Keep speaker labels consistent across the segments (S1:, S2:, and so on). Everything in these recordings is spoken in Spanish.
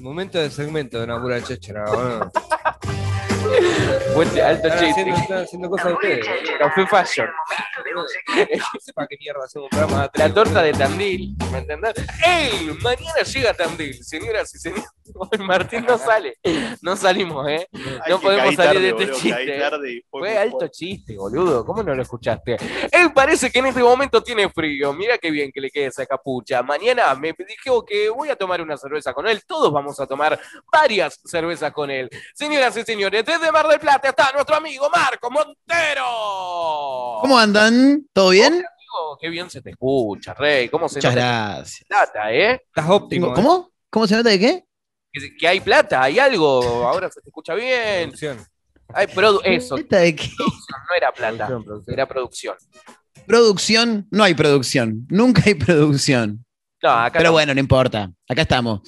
S1: Momento del segmento de una pura chéchera, boludo.
S2: Fuente alto
S1: Están haciendo,
S2: chiste.
S1: están haciendo cosas ustedes.
S2: Café Fashion.
S1: No sé para qué mierda hacemos un programa de
S2: La torta de Tandil, ¿me entendés? ¡Ey! Mañana llega Tandil, señoras y señores. Hoy Martín no sale. No salimos, ¿eh?
S3: Ay,
S2: No
S3: que
S2: podemos
S3: caí
S2: salir de
S3: tarde,
S2: este
S3: boludo,
S2: chiste,
S3: caí
S2: eh.
S3: tarde y
S2: Fue
S3: muy
S2: alto
S3: fuerte.
S2: chiste, boludo. ¿Cómo no lo escuchaste? Él parece que en este momento tiene frío. Mira qué bien que le quede esa capucha. Mañana me dijo que voy a tomar una cerveza con él. Todos vamos a tomar varias cervezas con él. Señoras y señores, desde Mar del Plata está nuestro amigo Marco Montero.
S4: ¿Cómo andan? ¿Todo bien?
S2: Amigo, "Oh, Qué bien se te escucha, Rey. ¿Cómo se
S4: Muchas
S2: nota
S4: gracias.
S2: que hay plata, eh?
S1: Estás óptimo.
S4: Tengo- ¿Cómo? ¿Cómo se nota de qué?
S2: Que, que hay plata, hay algo. Ahora se te escucha bien.
S1: Producción.
S2: Hay produ- eso,
S4: ¿Nota de qué?
S2: no era plata,
S1: Producción, producción.
S2: era producción.
S4: Producción, no hay producción. Nunca hay producción.
S2: No, acá
S4: Pero
S2: no.
S4: bueno, no importa. Acá estamos.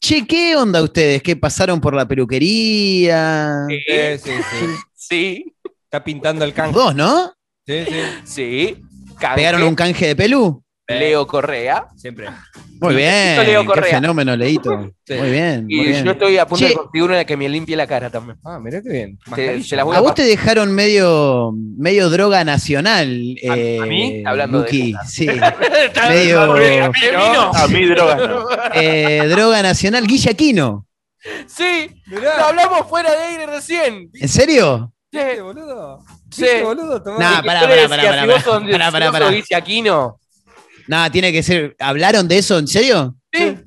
S4: Che, ¿qué onda ustedes? ¿Qué pasaron por la peluquería?
S2: Sí,
S1: Sí, sí, sí.
S2: sí.
S1: Está pintando el
S4: Los
S1: canje.
S4: dos, ¿no?
S1: Sí, sí.
S2: Sí. Canje,
S4: ¿Pegaron un canje de pelu?
S2: Leo Correa.
S1: Siempre.
S4: Muy bien.
S2: Leo
S4: Qué
S2: Correa.
S4: fenómeno, Leito.
S1: Sí.
S4: Muy bien.
S2: Y
S4: muy bien.
S2: yo estoy a punto
S4: Che.
S2: de conseguir una que me limpie la cara también.
S1: Ah, mirá qué bien.
S2: Se,
S1: Mascarilla.
S2: se las voy
S4: A
S2: a,
S4: vos
S2: pasar.
S4: te dejaron medio, medio droga nacional.
S2: ¿A- a
S4: eh,
S2: mí? Hablando de
S4: Luqui, sí.
S2: Está-
S4: medio-
S2: a mí- a mí de mí no.
S3: Ah, A mí drogas no.
S4: Eh, droga nacional, Guillaquino.
S2: Sí,
S1: Mirá.
S2: lo hablamos fuera de aire recién.
S4: ¿En serio?
S2: Sí,
S1: ¿Viste, boludo?
S2: sí.
S1: ¿Viste, boludo? Tomá-
S4: Nah,
S2: ¿Y qué
S4: Ah, pará,
S2: crees
S4: pará,
S2: que
S4: pará,
S2: si
S4: pará.
S2: vos sos-
S4: Pará,
S2: si
S4: pará,
S2: vos
S4: pará.
S2: sos Guillaquino?
S4: Nada, tiene que ser. ¿Hablaron de eso? ¿En serio?
S2: Sí.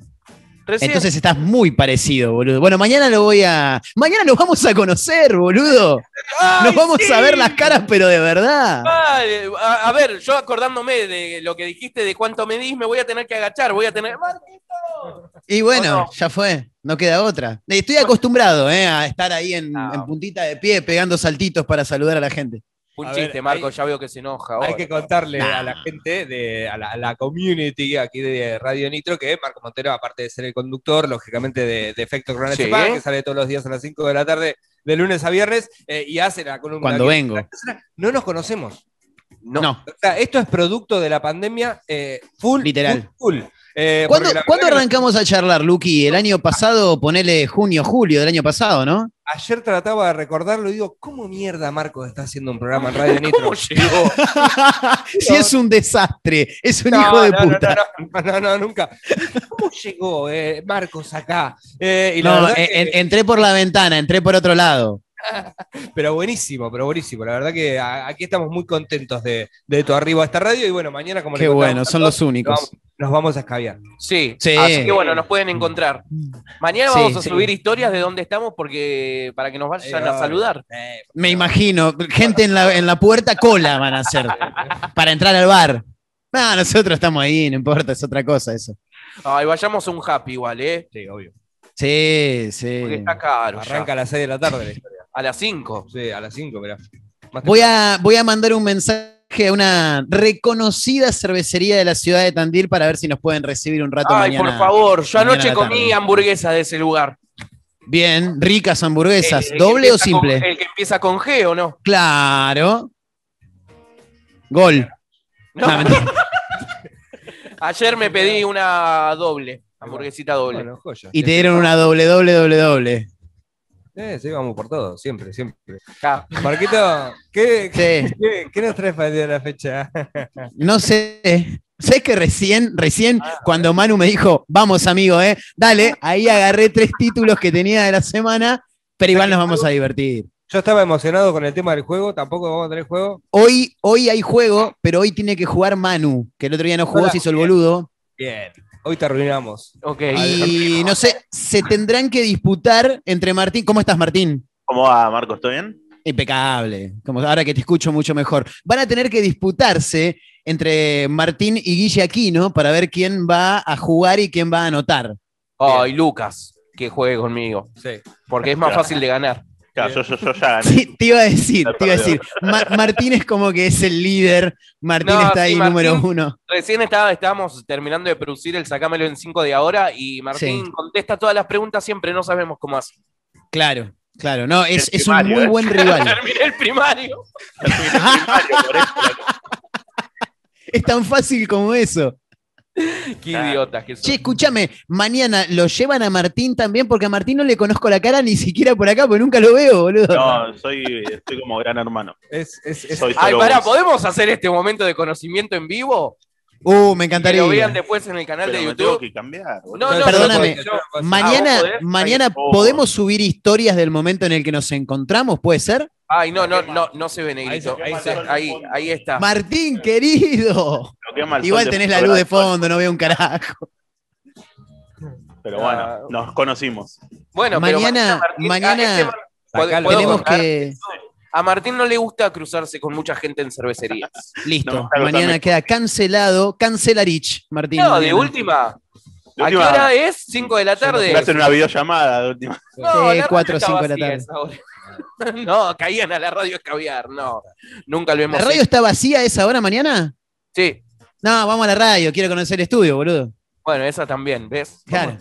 S2: Recién.
S4: Entonces estás muy parecido, boludo. Bueno, mañana lo voy a. Mañana nos vamos a conocer, boludo.
S2: ¡Ay,
S4: Nos vamos
S2: sí!
S4: a ver las caras, pero de verdad.
S2: Vale, Ah, eh, A, a ver, yo acordándome de lo que dijiste, de cuánto me dis, me voy a tener que agachar, voy a tener... ¡Marquito!
S4: Y
S2: ¿O
S4: bueno,
S2: no?
S4: ya fue. No queda otra. Estoy acostumbrado eh, a estar ahí en,
S2: No.
S4: en puntita de pie pegando saltitos para saludar a la gente.
S2: Un
S1: A ver,
S2: chiste, Marco,
S1: hay-
S2: ya veo que se enoja.
S1: Hay
S2: ahora.
S1: que contarle
S4: Nah.
S1: a la gente, de, a, la, a la community aquí de Radio Nitro, que Marco Montero, aparte de ser el conductor, lógicamente de, de Efecto Gran
S2: Sí.
S1: Estepan, que sale todos los días a las 5 de la tarde, de lunes a viernes, eh, y hace la columna.
S4: Cuando
S1: aquí.
S4: vengo.
S1: No nos conocemos.
S4: No.
S1: O sea, esto es producto de la pandemia eh, full.
S4: Literal.
S1: Full. full. Eh,
S4: ¿Cuándo,
S1: porque la
S4: cuándo
S1: verdad que
S4: arrancamos a charlar, Luqui? El año pasado, ponele junio, julio del año pasado, ¿no?
S1: Ayer trataba de recordarlo y digo, ¿cómo mierda Marco está haciendo un programa en Radio Nitro?
S2: ¿Cómo llegó?
S4: si es un desastre, es un
S1: No,
S4: hijo de
S1: no,
S4: puta.
S1: No, no, no, no, nunca. ¿Cómo llegó eh, Marcos acá? Eh, y la
S4: No,
S1: verdad
S4: en-
S1: que-
S4: en- entré por la ventana, entré por otro lado.
S1: pero buenísimo, pero buenísimo. La verdad que a- aquí estamos muy contentos de, de tu arribo a esta radio. Y bueno, mañana, como le
S4: Qué
S1: contamos
S4: bueno,
S1: a
S4: son
S1: todos,
S4: los únicos.
S1: Nos vamos a escabiar.
S2: Sí.
S4: Sí.
S2: Así que bueno, nos pueden encontrar. Mañana
S4: Sí,
S2: vamos a
S4: sí.
S2: subir historias de dónde estamos porque para que nos vayan a saludar.
S1: Eh,
S4: Me imagino, gente en la, en la puerta cola van a hacer para entrar al bar. No, nosotros estamos ahí, no importa, es otra cosa eso.
S2: Ay, vayamos a un happy igual, ¿eh?
S1: Sí, obvio.
S4: Sí,
S2: Porque
S4: sí.
S2: está caro. ya.
S1: Arranca a las 6 de la tarde la historia.
S2: A las 5.
S1: Sí, a las 5, mirá. Más
S4: Voy a, voy a mandar un mensaje a una reconocida cervecería de la ciudad de Tandil para ver si nos pueden recibir un rato
S2: Ay,
S4: mañana.
S2: por favor. Yo
S4: mañana a
S2: anoche
S4: la
S2: comí
S4: tarde.
S2: hamburguesa de ese lugar. Eh,
S4: Bien, ricas hamburguesas,
S2: El- el que
S4: doble o
S2: empieza con-
S4: simple.
S2: el que empieza con G o no.
S4: Claro. Gol.
S2: No.
S4: No, mentira.
S2: Ayer me pedí una doble. Hamburguesita
S1: tarde.
S2: doble.
S1: Bueno, joya.
S4: Y te dieron una doble, doble, doble, doble.
S1: Eh, sí, vamos por todo, siempre, siempre.
S2: Ya.
S1: Marquito, ¿qué, qué,
S4: Sí.
S1: qué, qué nos traes para el día de la fecha?
S4: No sé. Sé que recién, recién, cuando Manu me dijo, vamos amigo, eh, dale, ahí agarré tres títulos que tenía de la semana, pero igual nos vamos a divertir.
S1: Yo estaba emocionado con el tema del juego, tampoco vamos a tener juego.
S4: Hoy, hoy hay juego, pero hoy tiene que jugar Manu, que el otro día no jugó, se hizo el boludo.
S1: Bien. Hoy te arruinamos.
S2: Ok.
S4: Y no sé, se tendrán que disputar entre Martín. ¿Cómo estás, Martín?
S3: ¿Cómo va, Marcos? ¿Todo bien?
S4: Impecable. Como ahora que te escucho mucho mejor. Van a tener que disputarse entre Martín y Guille Aquino para ver quién va a jugar y quién va a anotar.
S2: Ay, Lucas, que juegue conmigo.
S1: Sí.
S2: Porque es más
S3: Claro.
S2: fácil de ganar.
S3: Claro, yo, yo, yo ya gané.
S4: Sí, te iba a decir,
S3: Está
S4: te iba a decir. Ma- Martín es como que es el líder. Martín
S2: No,
S4: está ahí
S2: sí,
S4: número
S2: Martín.
S4: uno.
S2: Recién estaba, estábamos terminando de producir el Sacámelo en 5 de ahora y Martín
S4: Sí.
S2: contesta todas las preguntas siempre, no sabemos cómo hace.
S4: Claro, claro. No, es,
S3: El
S4: es un
S3: primario,
S4: muy
S3: ¿eh?
S4: buen rival.
S2: Terminé el primario.
S3: Yo soy el primario, por eso.
S4: Es tan fácil como eso.
S2: Qué
S3: Claro.
S2: idiotas que son.
S4: Che, escúchame, mañana lo llevan a Martín también, porque a Martín no le conozco la cara ni siquiera por acá, porque nunca lo veo, boludo.
S3: No, soy, estoy como gran hermano.
S1: Es, es, es-
S3: Soy
S2: Ay,
S3: solo
S2: pará,
S3: vos.
S2: ¿podemos hacer este momento de conocimiento en vivo?
S4: Uh, me
S2: Que
S4: encantaría.
S2: lo vean después en el canal
S3: Pero
S2: de
S3: me tengo
S2: YouTube.
S3: que cambiar. boludo.
S2: No, no,
S4: Perdóname,
S2: no, no, no.
S4: Mañana,
S2: Ah, ¿vos podés?
S4: mañana
S3: Ay, oh.
S4: podemos subir historias del momento en el que nos encontramos, ¿puede ser?
S2: Ay, no, no, no, no se ve negrito.
S1: Ahí
S2: Ahí,
S1: se-
S2: ahí, ahí está.
S4: Martín, querido.
S3: Lo quema el
S4: Igual
S3: sol
S4: tenés la luz de
S3: fondo,
S4: fondo, no veo un carajo.
S3: Pero
S2: Ah.
S3: bueno, nos conocimos.
S2: Bueno,
S4: Mañana-
S2: pero
S4: mañana
S2: a, este Mar-
S1: Sacalo.
S2: ¿Puedo
S4: Tenemos
S2: contar?
S4: que.
S2: a Martín no le gusta cruzarse con mucha gente en cervecerías.
S4: Listo.
S3: No, claro,
S4: mañana
S3: también.
S4: queda cancelado. Cancelarich, Martín.
S2: No, de
S4: mañana.
S2: última.
S3: De
S2: ¿A qué
S3: última,
S2: hora es? 5 de la tarde.
S3: me hacen una videollamada de última.
S4: Sí,
S2: la radio
S4: cuatro,
S2: está
S4: cinco de la
S2: vacía
S4: tarde.
S2: a esa hora. No, caían a la radio escabiar, no. Nunca lo
S4: ¿La
S2: hemos
S4: radio
S2: hecho.
S4: está vacía a esa hora mañana?
S2: Sí,
S4: No, vamos a la radio, quiero conocer el estudio, boludo.
S2: bueno, esa también, ¿ves?
S4: Claro.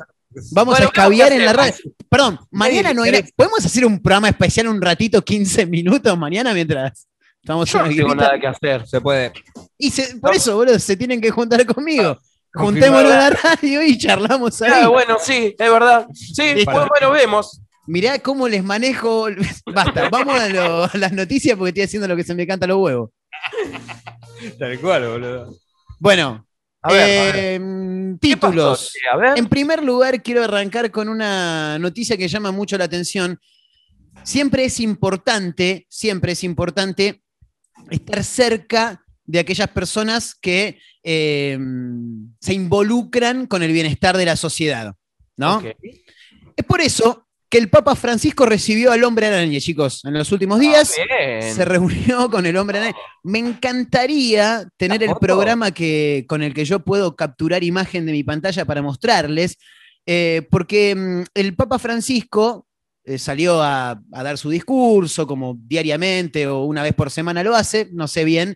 S4: Vamos
S2: Bueno,
S4: a escabiar
S2: ¿qué
S4: en la radio.
S2: hacemos?
S4: Perdón, mañana no irá.
S1: querés.
S4: ¿Podemos hacer un programa especial un ratito, 15 minutos mañana mientras estamos
S2: Yo
S4: en
S2: no
S4: el
S2: tengo
S4: grita?
S2: nada que hacer.
S1: se puede.
S4: Y se- por eso, boludo, se tienen que juntar conmigo.
S1: confirmado.
S4: Juntémonos a la radio y charlamos ahí.
S2: Ah, bueno, sí, es verdad. Sí,
S4: Listo.
S2: pues, bueno, vemos.
S4: Mirá cómo les manejo. Basta, vamos a, lo- a las noticias porque estoy haciendo lo que se me canta los huevos.
S1: Tal cual, boludo.
S4: Bueno,
S2: A ver, a ver.
S4: eh,
S2: ¿Qué pasó,
S4: títulos. Em,
S2: che? A ver.
S4: En primer lugar, quiero arrancar con una noticia que llama mucho la atención. Siempre es importante, siempre es importante estar cerca de aquellas personas que eh, se involucran con el bienestar de la sociedad, ¿no?
S2: Ok.
S4: Es por eso que el Papa Francisco recibió al hombre araña, chicos, en los últimos días.
S2: Ah, bien.
S4: se reunió con el hombre araña. Me encantaría tener
S2: ¿La
S4: el
S2: foto?
S4: programa que, con el que yo puedo capturar imagen de mi pantalla para mostrarles, eh, porque mm, el Papa Francisco eh, salió a, a dar su discurso como diariamente o una vez por semana lo hace, no sé bien.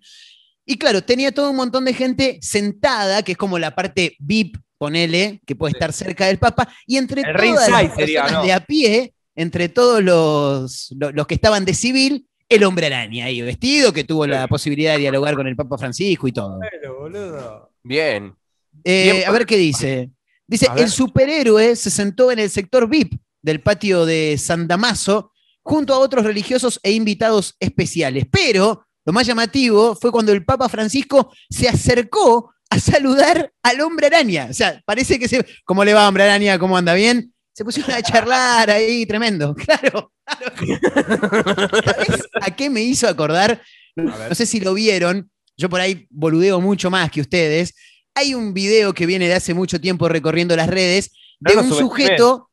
S4: Y claro, tenía todo un montón de gente sentada, que es como la parte VIP, ponele, que puede
S1: Sí.
S4: estar cerca del Papa, y entre
S1: El
S4: todas las
S1: ringside sería,
S4: personas
S1: ¿no?
S4: de a pie, entre todos los, lo- los que estaban de civil, el hombre araña ahí vestido, que tuvo la posibilidad de dialogar con el Papa Francisco y todo.
S1: Pero, boludo.
S2: Bien.
S4: Eh,
S2: Bien.
S4: a ver qué dice. Dice,
S2: A ver.
S4: el superhéroe se sentó en el sector VIP del patio de San Damaso junto a otros religiosos e invitados especiales. Pero lo más llamativo fue cuando el Papa Francisco se acercó a saludar al hombre araña. O sea, parece que se... ¿Cómo le va, hombre araña? ¿Cómo anda? ¿Bien? Se pusieron a charlar ahí, tremendo. Claro, claro. ¿Sabés a qué me hizo acordar?
S1: A
S4: No
S1: ver.
S4: sé si lo vieron, yo por ahí boludeo mucho más que ustedes. Hay un video que viene de hace mucho tiempo recorriendo las redes
S1: No
S4: de
S1: lo
S4: un
S1: subestimes.
S4: sujeto.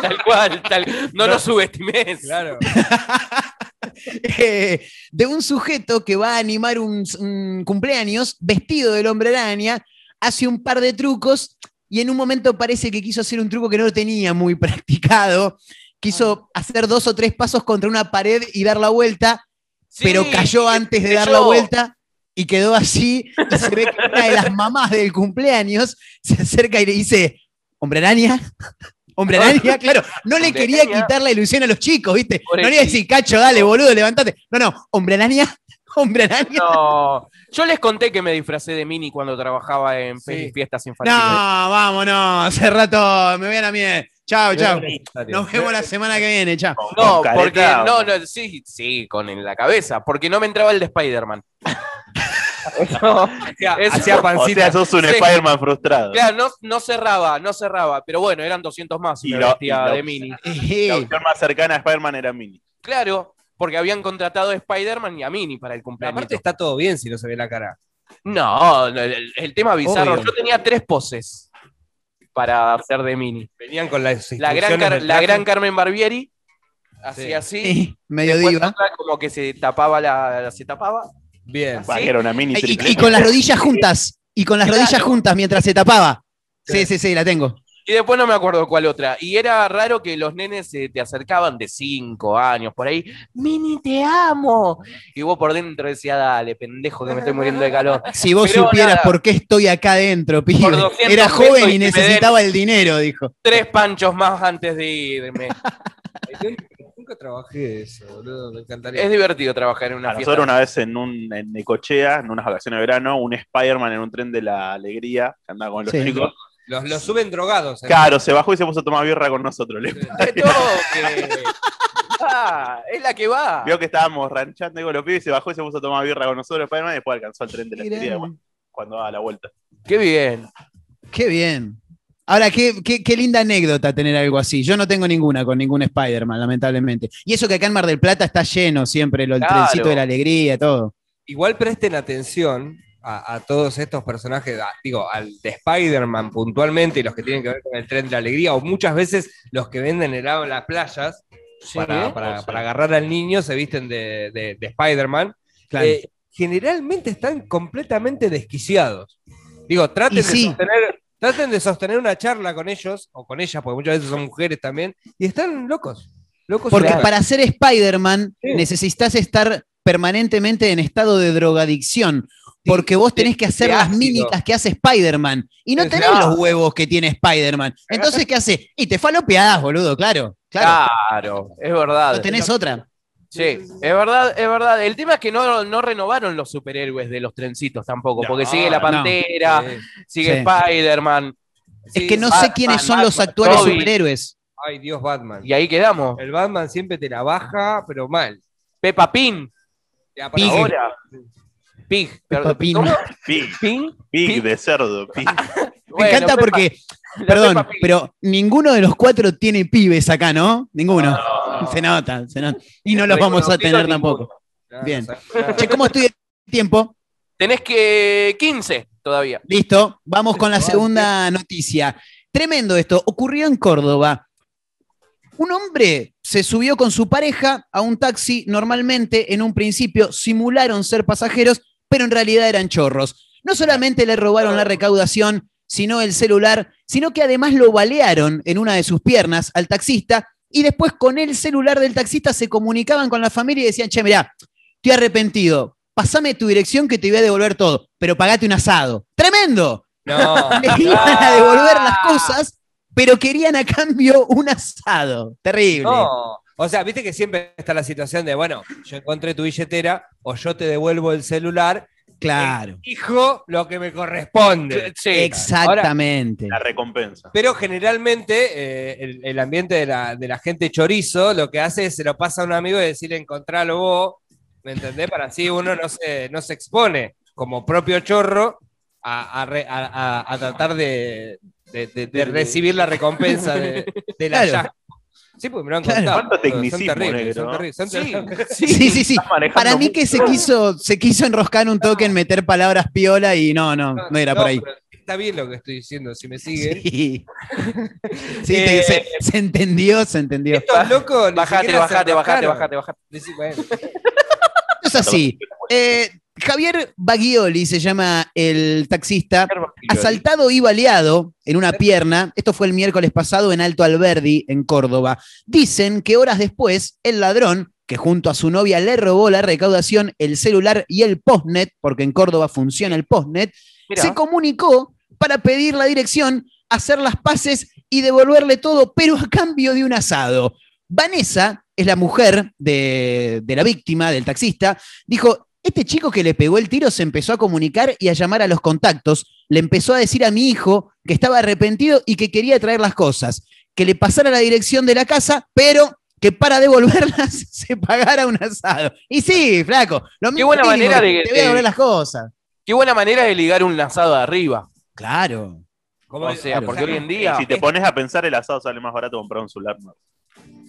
S2: Tal cual, tal. No,
S1: No.
S2: lo subestimes.
S1: Claro.
S4: Eh, de un sujeto que va a animar un, un cumpleaños vestido del hombre araña, hace un par de trucos y en un momento parece que quiso hacer un truco que no tenía muy practicado. Quiso hacer dos o tres pasos contra una pared y dar la vuelta,
S2: Sí,
S4: pero cayó antes de dar
S2: cayó.
S4: la vuelta y quedó así. Y se ve que una de las mamás del cumpleaños se acerca y le dice: Hombre araña, hombre araña, claro. No le
S2: Hombre
S4: quería
S2: araña.
S4: quitar la ilusión a los chicos, ¿viste? No
S2: Por
S4: le
S2: el
S4: iba a decir, cacho, dale, boludo, levantate. No, no, hombre araña, hombre araña.
S2: No. Yo les conté que me disfracé de Mini cuando trabajaba en
S1: Sí.
S2: fe- fiestas
S4: No,
S2: infantiles.
S4: vámonos, hace rato, me voy a la mierda. Chao, chao. Nos vemos la semana que viene, chao.
S2: No,
S3: Con careta,
S2: porque no,
S3: o-
S2: no, sí, sí, con en la cabeza, porque no me entraba el de Spider-Man. No,
S1: Hacía,
S2: Eso-
S1: hacía
S3: O
S1: pancita.
S3: sea, sos un
S2: Sí.
S3: Spider-Man frustrado.
S2: claro, no, no cerraba, no cerraba, pero bueno, eran 200 más y
S3: Y
S2: me
S3: lo-
S2: vestía
S3: y lo-
S2: de mini.
S3: La
S4: Eje.
S3: opción más cercana a Spider-Man era Mini.
S2: Claro, porque habían contratado a Spider-Man y a Mini para el
S1: Pero
S2: cumpleaños.
S1: aparte está todo bien si no se ve la cara.
S2: No, no, el, el tema bizarro,
S4: Obvio.
S2: yo tenía tres poses para hacer de Mini.
S1: Venían con las
S2: La gran,
S1: instrucciones
S2: Car-
S1: del
S2: la
S1: traje.
S2: gran Carmen Barbieri, así
S1: Sí.
S2: así,
S4: Sí, eh, Medio
S2: después
S4: diva.
S2: otra como que se tapaba la, la- se tapaba.
S1: Bien.
S2: Sí.
S3: Va, que era una Mini
S4: Y,
S3: triple.
S4: y con las rodillas juntas. Y con las
S2: Claro.
S4: rodillas juntas mientras se tapaba. Sí, sí, sí, la tengo.
S2: Y después no me acuerdo cuál otra. Y era raro que los nenes se te acercaban de cinco años por ahí. Mini, te amo. Y vos por dentro decías, dale, pendejo, que me estoy muriendo de calor.
S4: Si vos
S2: Pero
S4: supieras
S2: nada.
S4: por qué estoy acá adentro, pibe.
S2: 200
S4: Era joven
S2: pesos
S4: y
S2: y que me den-
S4: necesitaba el dinero, dijo.
S2: Tres panchos más antes de irme.
S1: Nunca trabajé eso, boludo. Me encantaría.
S2: Es divertido trabajar en una
S3: A
S2: fiesta.
S3: nosotros una vez en, un, en Necochea, en unas vacaciones de verano, un Spider-Man en un tren de la alegría, que andaba con los
S4: Sí.
S3: chicos.
S1: Los, los suben drogados. ¿eh?
S3: Claro, se bajó y se puso a tomar birra con nosotros. Le-
S2: ¡Te toque! Ah, es la que va.
S3: Vio que estábamos ranchando con los pibes, se bajó y se puso a tomar birra con nosotros, Spider-Man, y después alcanzó el tren de la
S4: Mirá.
S3: alegría bueno, cuando daba la vuelta.
S2: Qué bien.
S4: Qué bien. Ahora, qué, qué- qué linda anécdota tener algo así. Yo no tengo ninguna con ningún Spider-Man, lamentablemente. Y eso que acá en Mar del Plata está lleno siempre, lo- el
S2: Claro.
S4: trencito de la alegría, todo.
S1: Igual presten atención a, a todos estos personajes, a- digo, al de Spider-Man puntualmente y los que tienen que ver con el tren de la alegría, o muchas veces los que venden helado en las playas para, para-
S3: Oh, sí.
S1: para agarrar al niño se visten de, de- de Spider-Man.
S4: Claro.
S1: Eh, generalmente están completamente desquiciados. Digo, traten,
S4: Y sí.
S1: de sostener, traten de sostener una charla con ellos o con ellas, porque muchas veces son mujeres también, y están locos. locos
S4: Porque
S1: locas.
S4: para ser Spider-Man
S1: Pues Sí.
S4: necesitas estar permanentemente en estado de drogadicción.
S1: Sí,
S4: Porque vos tenés que hacer
S1: de
S4: las
S1: ácido.
S4: mímicas que hace Spider-Man. Y no
S1: Sí,
S4: tenés
S1: no.
S4: los huevos que tiene Spider-Man. Entonces, ¿qué hace? Y te falopeás, boludo, claro. Claro.
S2: Claro, es verdad.
S4: No tenés otra.
S2: Sí, es verdad, es verdad. El tema es que no, no renovaron los superhéroes de los trencitos tampoco, porque
S3: No,
S2: sigue la
S3: no.
S2: pantera,
S1: Sí.
S2: sigue
S4: Sí.
S2: Spider-man.
S4: Es que no sé
S2: Batman,
S4: quiénes son
S2: Batman,
S4: los actuales
S2: Robin.
S4: superhéroes.
S1: Ay, Dios, Batman.
S2: Y ahí quedamos.
S1: El Batman siempre te la baja, pero mal.
S2: Peppa Pin,
S1: Ya,
S4: Pig.
S1: ahora,
S2: ahora. Pig.
S4: Peppa Pig.
S2: ¿Cómo?
S3: Pig,
S2: Pig.
S3: pig de cerdo, pig.
S4: Me encanta porque, perdón, pero ninguno de los cuatro tiene pibes acá, ¿no? Ninguno. Se nota, se nota. Y no los vamos a tener tampoco.
S1: ya,
S4: Bien.
S1: no sé, ya.
S4: Che, ¿cómo estoy de tiempo?
S2: Tenés que 15 todavía.
S4: Listo, vamos con la segunda noticia. Tremendo esto, ocurrió en Córdoba. Un hombre se subió con su pareja a un taxi, normalmente en un principio simularon ser pasajeros, pero en realidad eran chorros. No solamente le robaron la recaudación, sino el celular, sino que además lo balearon en una de sus piernas al taxista y después con el celular del taxista se comunicaban con la familia y decían, che, mirá, estoy arrepentido, pasame tu dirección que te voy a devolver todo, pero pagate un asado. ¡Tremendo!
S1: No,
S4: Le iban a devolver las cosas, pero querían a cambio un asado. Terrible.
S1: no. O sea, viste que siempre está la situación de, bueno, yo encontré tu billetera o yo te devuelvo el celular,
S4: Claro.
S1: hijo, lo que me corresponde.
S2: Sí.
S4: Exactamente.
S3: La recompensa.
S1: Pero generalmente eh, el, el ambiente de la, de la gente chorizo lo que hace es se lo pasa a un amigo y decirle encontralo vos, ¿me entendés? Para así uno no se, no se expone como propio chorro a, a re- a- a- a tratar de, de- de- de recibir la recompensa de, de la
S4: Claro.
S1: hallazgo. Sí, porque me lo han
S4: Claro.
S1: contado.
S3: ¿Cuánto
S1: boludo,
S3: tecnicismo,
S1: son terribles,
S3: negro,
S1: son
S3: no?
S1: terribles, son
S2: Sí,
S1: terribles.
S4: Sí, sí, sí.
S3: Estás manejando
S4: Para mí que
S3: mucho.
S4: se quiso, se quiso enroscar un toque en meter palabras piola y no, no, no era por ahí.
S1: pero Está bien lo que estoy diciendo, si me siguen.
S4: Sí, Sí, te-
S1: Eh,
S4: se, se entendió, se entendió. Esto
S1: Estos locos ni
S2: Bajate,
S1: siquiera se
S2: bajate, bajate,
S1: rascaron.
S2: bajate, bajate.
S1: Ni si- bueno.
S4: es así. Eh, Javier Baglioli se llama el taxista. Asaltado y baleado en una pierna, esto fue el miércoles pasado en Alto Alberdi, en Córdoba. Dicen que horas después, el ladrón, que junto a su novia le robó la recaudación, el celular y el postnet, porque en Córdoba funciona el postnet,
S2: Mirá.
S4: se comunicó para pedir la dirección, hacer las paces y devolverle todo, pero a cambio de un asado. Vanessa es la mujer de, de la víctima, del taxista, dijo, este chico que le pegó el tiro se empezó a comunicar y a llamar a los contactos, le empezó a decir a mi hijo que estaba arrepentido y que quería traer las cosas, que le pasara la dirección de la casa, pero que para devolverlas se pagara un asado. Y sí, flaco, lo
S2: Qué buena
S4: mínimo
S2: manera
S4: que
S2: de-
S4: te voy a devolver las cosas.
S2: Qué buena manera de ligar un lanzado de arriba.
S4: Claro.
S1: Como-
S2: O sea, porque hoy en
S3: Y
S2: día.
S3: si te pones a pensar, el asado sale más barato comprar un celular nuevo.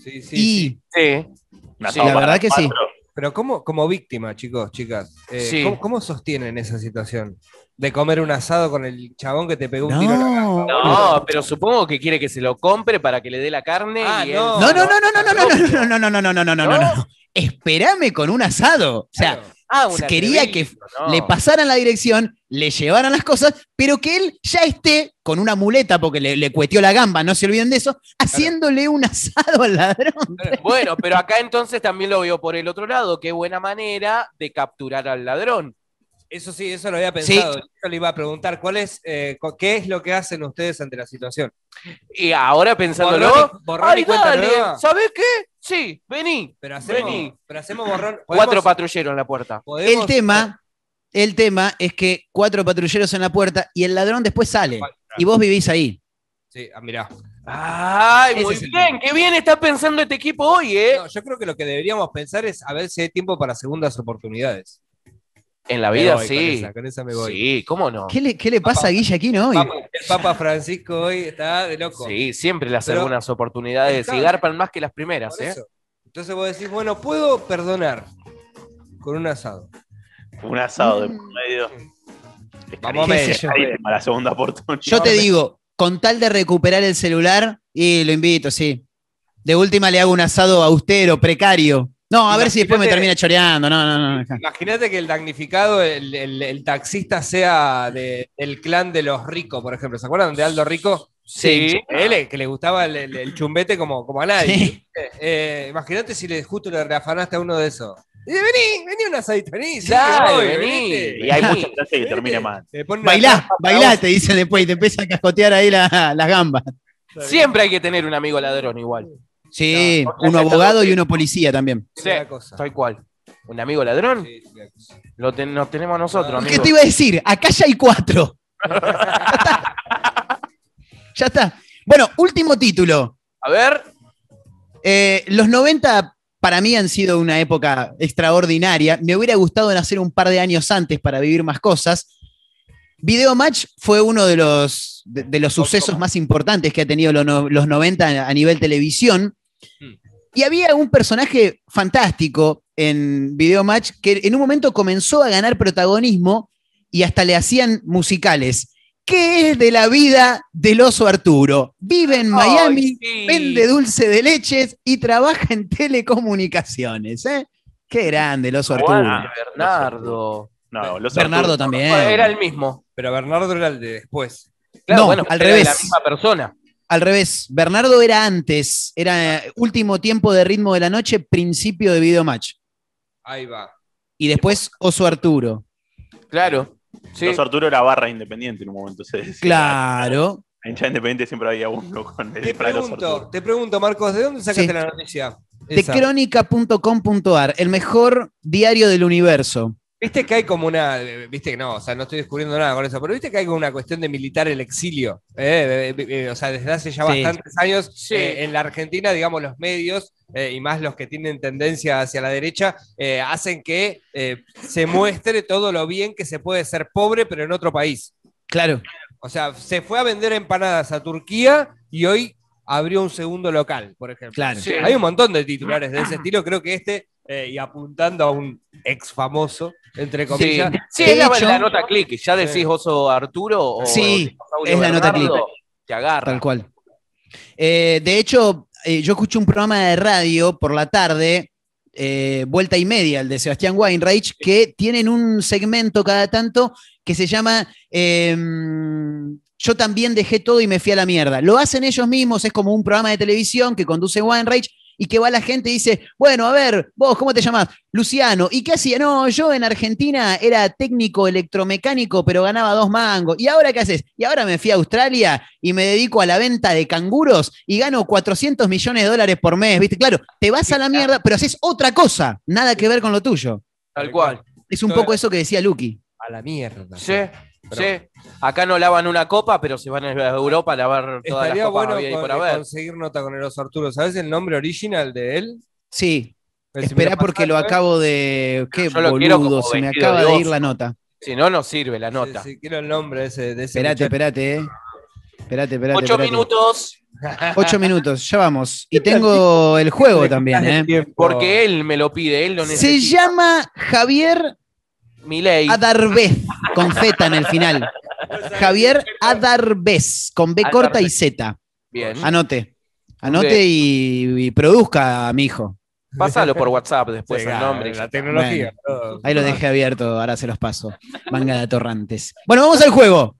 S1: Sí, sí,
S4: y
S2: Sí.
S3: Un
S2: Sí,
S3: asado
S4: la
S3: para
S4: verdad que sí.
S3: cuatro.
S1: Pero como, como víctima, chicos, chicas, eh,
S2: Sí.
S1: ¿cómo, cómo sostienen esa situación? De comer un asado con el chabón que te pegó un tiro en la
S4: No.
S1: cara.
S2: No, pero supongo que quiere que se lo compre para que le dé la carne.
S1: Ah,
S2: y él-
S1: no.
S4: No, no, no, no, no, no, no, no, no, no, no, no, no, no, no, no, no. Esperame con un asado. O sea,
S1: Claro.
S2: Ah, un
S4: Quería
S2: atrevido, no.
S4: le pasaran la dirección, le llevaran las cosas, pero que él ya esté con una muleta, porque le, le cueteó la gamba, no se olviden de eso, haciéndole un asado al ladrón.
S2: Bueno, pero acá entonces también lo veo por el otro lado. Qué buena manera de capturar al ladrón.
S1: Eso sí, eso lo había
S4: Sí.
S1: pensado. Yo le iba a preguntar, ¿cuál es, eh, co- ¿qué es lo que hacen ustedes ante la situación?
S2: Y ahora pensándolo.
S1: Borrón y- borrón y
S2: ¡Ay,
S1: cuenta
S2: dale!
S1: nueva.
S2: ¿Sabés qué? Sí, vení.
S1: Pero hacemos,
S2: Vení.
S1: pero hacemos borrón.
S2: Cuatro
S1: podemos-
S2: patrulleros en la puerta.
S1: podemos-
S4: El tema, el tema es que cuatro patrulleros en la puerta y el ladrón después sale. Y vos vivís ahí.
S1: Sí, ah, mirá.
S2: ¡Ay,
S1: Ese
S2: muy
S1: es el
S2: bien! ¡Qué bien está pensando este equipo hoy, eh!
S1: No, yo creo que lo que deberíamos pensar es a ver si hay tiempo para segundas oportunidades.
S2: En la
S1: Me
S2: vida,
S1: voy con
S2: sí.
S1: esa, con esa me voy.
S2: Sí, ¿cómo no?
S4: ¿Qué le, qué le pasa a Guille Aquino hoy?
S1: Papa- el Papa Francisco hoy está de loco.
S2: Sí, siempre las
S1: Pero-
S2: algunas oportunidades y
S1: Claro.
S2: garpan más que las primeras,
S1: Por
S2: ¿eh?
S1: eso. Entonces vos decís, bueno, puedo perdonar con un asado.
S3: Un asado de
S4: Mm.
S3: por medio. Es
S1: Vamos a
S3: carísimo,
S1: medio.
S3: es carísimo la segunda oportunidad.
S4: Yo te digo, con tal de recuperar el celular, y lo invito, sí. De última le hago un asado austero, precario. No, a ver si después me
S1: Imagínate-
S4: termina choreando. No, no, no. no.
S1: Imagínate que el damnificado, el, el- el taxista sea de- del clan de los ricos, por ejemplo. ¿Se acuerdan de Aldo Rico?
S2: Sí.
S1: Él, eh, que le gustaba el, el- el chumbete como, como a nadie.
S4: Sí.
S1: Eh, Imagínate si le, justo le reafanaste a uno de esos. Y dice, vení, vení un asadito, vení. sí,
S2: Claro,
S1: voy,
S2: vení.
S1: venite.
S2: Y hay
S4: Vení.
S2: muchas.
S3: Frase que termina mal.
S1: Te ponen una
S4: Bailá,
S1: trampa para
S4: bailá, te dicen después y te empieza a cascotear ahí la- las gambas.
S1: vos.
S2: Siempre hay que tener un amigo ladrón igual.
S4: Sí,
S2: No,
S4: uno abogado y uno policía también.
S1: Es
S2: Sí.
S1: una cosa.
S2: Tal cual. ¿Un amigo ladrón?
S1: Sí, es una cosa.
S2: Lo ten- nos tenemos nosotros,
S1: Ah.
S2: amigo.
S4: ¿Qué te iba a decir? Acá ya hay cuatro. Ya está. Ya está. Bueno, último título.
S2: A ver,
S4: Eh, los 90 para mí han sido una época extraordinaria. Me hubiera gustado nacer un par de años antes para vivir más cosas. Videomatch fue uno de los, de, de los sucesos más importantes que ha tenido lo no- los 90 a nivel televisión.
S1: Hmm.
S4: Y había un personaje fantástico en Videomatch que en un momento comenzó a ganar protagonismo y hasta le hacían musicales. ¿Qué es de la vida del oso Arturo? Vive en Miami,
S2: Ay, sí.
S4: vende dulce de leches y trabaja en telecomunicaciones. ¿eh? Qué grande el oso
S3: Bueno,
S4: Arturo.
S3: ah,
S2: Bernardo.
S3: No, los
S4: Bernardo
S3: Arturo.
S4: también.
S2: Bueno, Era el mismo.
S1: Pero Bernardo era el de después.
S2: Claro,
S4: No,
S2: bueno,
S4: al
S2: era
S4: revés.
S2: La misma persona.
S4: Al revés, Bernardo era antes, era eh, último tiempo de ritmo de la noche, principio de videomatch.
S1: Ahí va.
S4: Y después oso Arturo.
S2: Claro. Sí.
S3: Los Arturo era barra independiente en un momento. se decía.
S4: Claro.
S3: En hinchada independiente siempre había uno con el
S1: Te
S3: disfraz de los
S1: pregunto,
S3: Arturo.
S1: te pregunto, Marcos, ¿de dónde sacaste
S4: Sí.
S1: la noticia?
S4: De
S1: Esa.
S4: crónica.com.ar, el mejor diario del universo.
S1: Viste que hay como una, eh, viste que no, o sea, no estoy descubriendo nada con eso, pero viste que hay como una cuestión de militar el exilio, eh, eh, eh, eh, o sea, desde hace ya
S4: Sí.
S1: bastantes años
S2: Sí.
S1: eh, en la Argentina, digamos, los medios eh, y más los que tienen tendencia hacia la derecha eh, hacen que eh, se muestre todo lo bien que se puede ser pobre, pero en otro país.
S4: Claro.
S1: O sea, se fue a vender empanadas a Turquía y hoy abrió un segundo local, por ejemplo.
S4: Claro.
S2: Sí. Ah.
S1: Hay un montón de titulares de ese estilo, creo que este, eh, y apuntando a un ex famoso, entre
S2: Sí,
S1: comillas.
S2: Sí,
S4: De
S2: es la,
S4: hecho-
S2: la nota click. Ya decís
S1: Sí.
S2: oso Arturo o
S4: Sí,
S2: dinosaurio
S4: es la nota click.
S2: Te agarra.
S4: Tal cual. Eh, de hecho, eh, yo escuché un programa de radio por la tarde, eh, Vuelta y Media, el de Sebastián Weinreich, que tienen un segmento cada tanto que se llama eh, Yo también dejé todo y me fui a la mierda. Lo hacen ellos mismos, es como un programa de televisión que conduce Weinreich. Y que va la gente y dice, bueno, a ver, vos, ¿cómo te llamás? Luciano. ¿Y qué hacía? No, yo en Argentina era técnico electromecánico, pero ganaba dos mangos. ¿Y ahora qué haces? Y ahora me fui a Australia y me dedico a la venta de canguros y gano 400 millones de dólares por mes, ¿viste? Claro, te vas a la mierda, pero haces otra cosa, nada que ver con lo tuyo.
S2: Tal cual.
S4: Es un
S1: Claro.
S4: poco eso que decía Lucky.
S1: A la mierda.
S2: Sí, sí. Acá no lavan una copa, pero se van a Europa a lavar todas
S1: Estaría
S2: las copas
S1: bueno
S2: había y
S1: con- eh,
S2: por haber.
S1: conseguir nota con el oso Arturo. ¿Sabes el nombre original de él?
S4: Sí,
S1: El si me
S4: espera
S1: pasás,
S4: porque lo
S1: ¿sabes?
S4: acabo de... Qué
S2: Yo lo quiero
S4: boludo,
S2: como
S4: se me
S2: vestido
S4: acaba
S2: de
S4: de
S2: oso.
S4: ir la nota.
S2: Si no, no sirve la
S1: Sí,
S2: nota.
S1: sí, eh, quiero el nombre de ese. De ese
S4: Espérate,
S1: muchacho.
S4: espérate, eh. Espérate, espérate.
S2: Ocho
S4: esperate.
S2: minutos,
S4: Ocho minutos, ya vamos. Y tengo el juego también,
S1: Hace
S4: ¿eh?
S1: tiempo.
S2: porque él me lo pide, él lo
S4: Se
S2: necesita.
S4: llama Javier
S2: Milei.
S4: Adarbez, con Z en el final. Javier Adarbez, con B corta y Z.
S2: Bien.
S4: Anote. Anote y, y produzca, mi hijo.
S2: Pásalo por WhatsApp después
S1: Sí,
S2: el
S1: claro,
S2: pues, nombre.
S1: la tecnología. todo. Ah,
S4: Ahí lo dejé abierto, ahora se los paso. Manga de atorrantes. Bueno, vamos al juego.